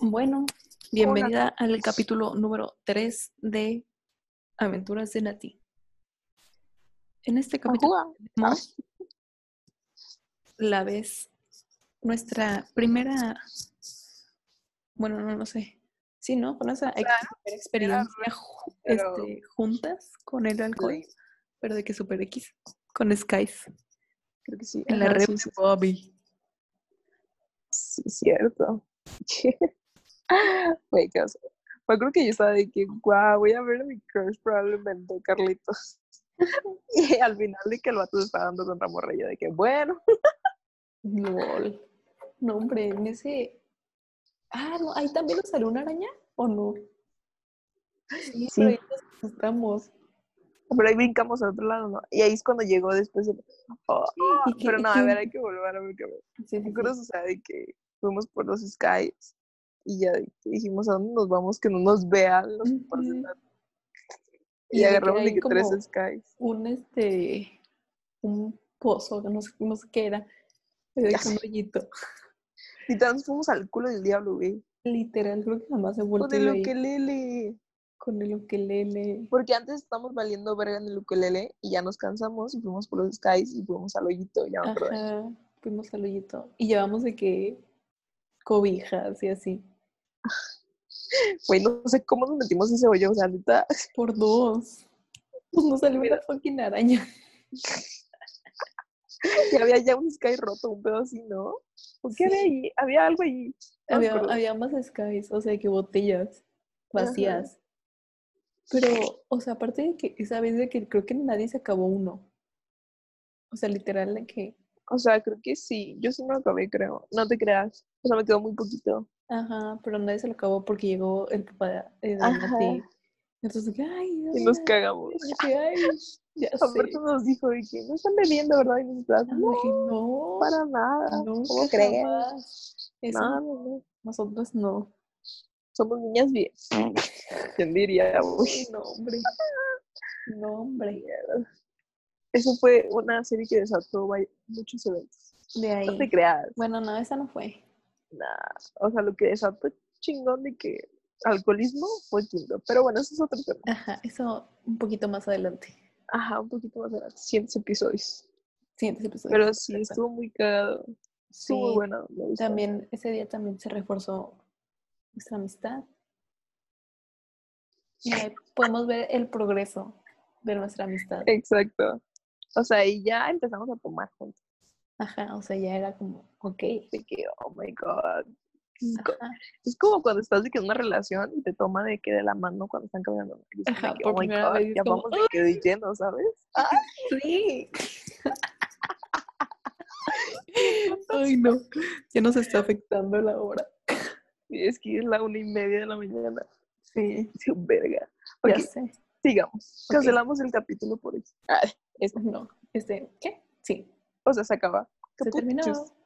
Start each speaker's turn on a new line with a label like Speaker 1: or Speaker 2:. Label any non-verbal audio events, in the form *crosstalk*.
Speaker 1: Bueno, bienvenida al capítulo número 3 de Aventuras de Nati. En este capítulo tenemos la vez nuestra primera, bueno, no, no sé, sí, ¿no? Con nuestra ex-
Speaker 2: Claro,
Speaker 1: primera experiencia ju-
Speaker 2: pero-
Speaker 1: este, juntas con el alcohol, pero de que super X, con Skies,
Speaker 2: Creo que sí.
Speaker 1: en la
Speaker 2: Ajá,
Speaker 1: red
Speaker 2: sí,
Speaker 1: de Bobby.
Speaker 2: sí, sí, cierto. *laughs* Güey, qué oso. Me acuerdo que yo estaba de que, guau, voy a ver a mi crush probablemente, Carlitos. *laughs* y al final de que el vato se estaba dando contra morra, y yo de que, bueno,
Speaker 1: LOL. No, hombre, en ese. Ah, no, ahí también nos salió una araña, ¿o no? Sí, pero ahí nos asustamos.
Speaker 2: pero ahí brincamos al otro lado, ¿no? Y ahí es cuando llegó después. el- Oh,
Speaker 1: Y que-
Speaker 2: pero no,
Speaker 1: que-
Speaker 2: a ver, hay que volver a ver. qué-
Speaker 1: sí, sí,
Speaker 2: Me
Speaker 1: sí.
Speaker 2: acuerdo, o sea, de que fuimos por los skies y ya de- dijimos a dónde nos vamos que no nos vean los papás de
Speaker 1: Ujú.
Speaker 2: Nat?"
Speaker 1: Y
Speaker 2: Y,
Speaker 1: de que
Speaker 2: agarramos de
Speaker 1: hay
Speaker 2: que tres
Speaker 1: como-
Speaker 2: skies.
Speaker 1: Un este. Un pozo, no sé, no sé qué era. Era de que un hoyito.
Speaker 2: Y tan fuimos al culo del diablo, güey.
Speaker 1: Literal, creo que jamás he vuelto
Speaker 2: Con
Speaker 1: a ir
Speaker 2: el
Speaker 1: ahí.
Speaker 2: ukelele.
Speaker 1: con el ukelele.
Speaker 2: Porque antes estamos valiendo verga en el ukelele y ya nos cansamos y fuimos por los skies y fuimos al hoyito, ya me acuerdo.
Speaker 1: Ajá, fuimos al hoyito. Y llevamos de que cobijas y así.
Speaker 2: Güey, no sé cómo nos metimos en ese hoyo, o sea, neta. *laughs*
Speaker 1: Por dos. Pues Nos salió una fucking araña.
Speaker 2: Y había ya un sky roto, un pedo así, ¿no? ¿Por qué había ahí? Había algo ahí. No me
Speaker 1: Había,
Speaker 2: acuerdo.
Speaker 1: había más skies, o sea, que botellas
Speaker 2: Ajá.
Speaker 1: vacías. Pero, o sea, aparte de que esa vez de que creo que nadie se acabó uno. O sea, literal, de que,
Speaker 2: O sea, creo que sí. Yo sí me lo acabé, creo. No te creas. O sea, me quedó muy poquito.
Speaker 1: ajá, pero nadie se lo acabó porque llegó el papá de, eh, de
Speaker 2: Ajá.
Speaker 1: Nati. Entonces, de que, ay,
Speaker 2: Y nos
Speaker 1: ay,
Speaker 2: cagamos.
Speaker 1: de que, ay,
Speaker 2: *laughs*
Speaker 1: ya
Speaker 2: Aparte
Speaker 1: sé.
Speaker 2: nos dijo de que no están bebiendo, ¿verdad? Y nosotras,
Speaker 1: Yo
Speaker 2: no,
Speaker 1: dije, no,
Speaker 2: para nada. ¿Cómo
Speaker 1: nunca
Speaker 2: crees?
Speaker 1: jamás. Eso
Speaker 2: No, no, no.
Speaker 1: nosotros no.
Speaker 2: Somos niñas bien. ¿Quién diría, güey?
Speaker 1: Uy, no, hombre. No, hombre.
Speaker 2: Eso fue una serie que desató vaya- muchos eventos.
Speaker 1: De
Speaker 2: No te
Speaker 1: ahí.
Speaker 2: creas.
Speaker 1: Bueno, no, esa no fue.
Speaker 2: Nah. O sea, lo que desató chingón de que alcoholismo fue Tinder. Pero bueno, eso es otro tema.
Speaker 1: Ajá, eso un poquito más adelante.
Speaker 2: Ajá, un poquito más adelante. 100 episodios.
Speaker 1: Siguientes episodios.
Speaker 2: Pero sí,
Speaker 1: Perfecto.
Speaker 2: estuvo muy cagado. Estuvo muy
Speaker 1: Sí,
Speaker 2: bueno. me gustó.
Speaker 1: También ese día también se reforzó nuestra amistad. Y ahí podemos ver el progreso de nuestra amistad.
Speaker 2: Exacto. O sea, y ya empezamos a tomar juntos.
Speaker 1: Ajá, o sea, ya era como, ok.
Speaker 2: De que, oh my god. Es, co-
Speaker 1: Ajá,
Speaker 2: es como cuando estás de que en una relación y te toma de que de la mano cuando están caminando. Y dicen de
Speaker 1: Ajá,
Speaker 2: que, "Oh
Speaker 1: por primera vez,
Speaker 2: ya
Speaker 1: como,
Speaker 2: vamos de que de lleno, ¿sabes? Ay,
Speaker 1: *laughs* Sí. Ay, no. Ya nos está afectando la hora.
Speaker 2: y es que es la una y media de la mañana.
Speaker 1: Sí,
Speaker 2: Sí, verga. Ok,
Speaker 1: ya sé.
Speaker 2: sigamos.
Speaker 1: Ok.
Speaker 2: Cancelamos el capítulo por eso. Ay,
Speaker 1: No, este, ¿qué? Sí,
Speaker 2: o sea, se acaba.
Speaker 1: se terminó.
Speaker 2: Capuchos.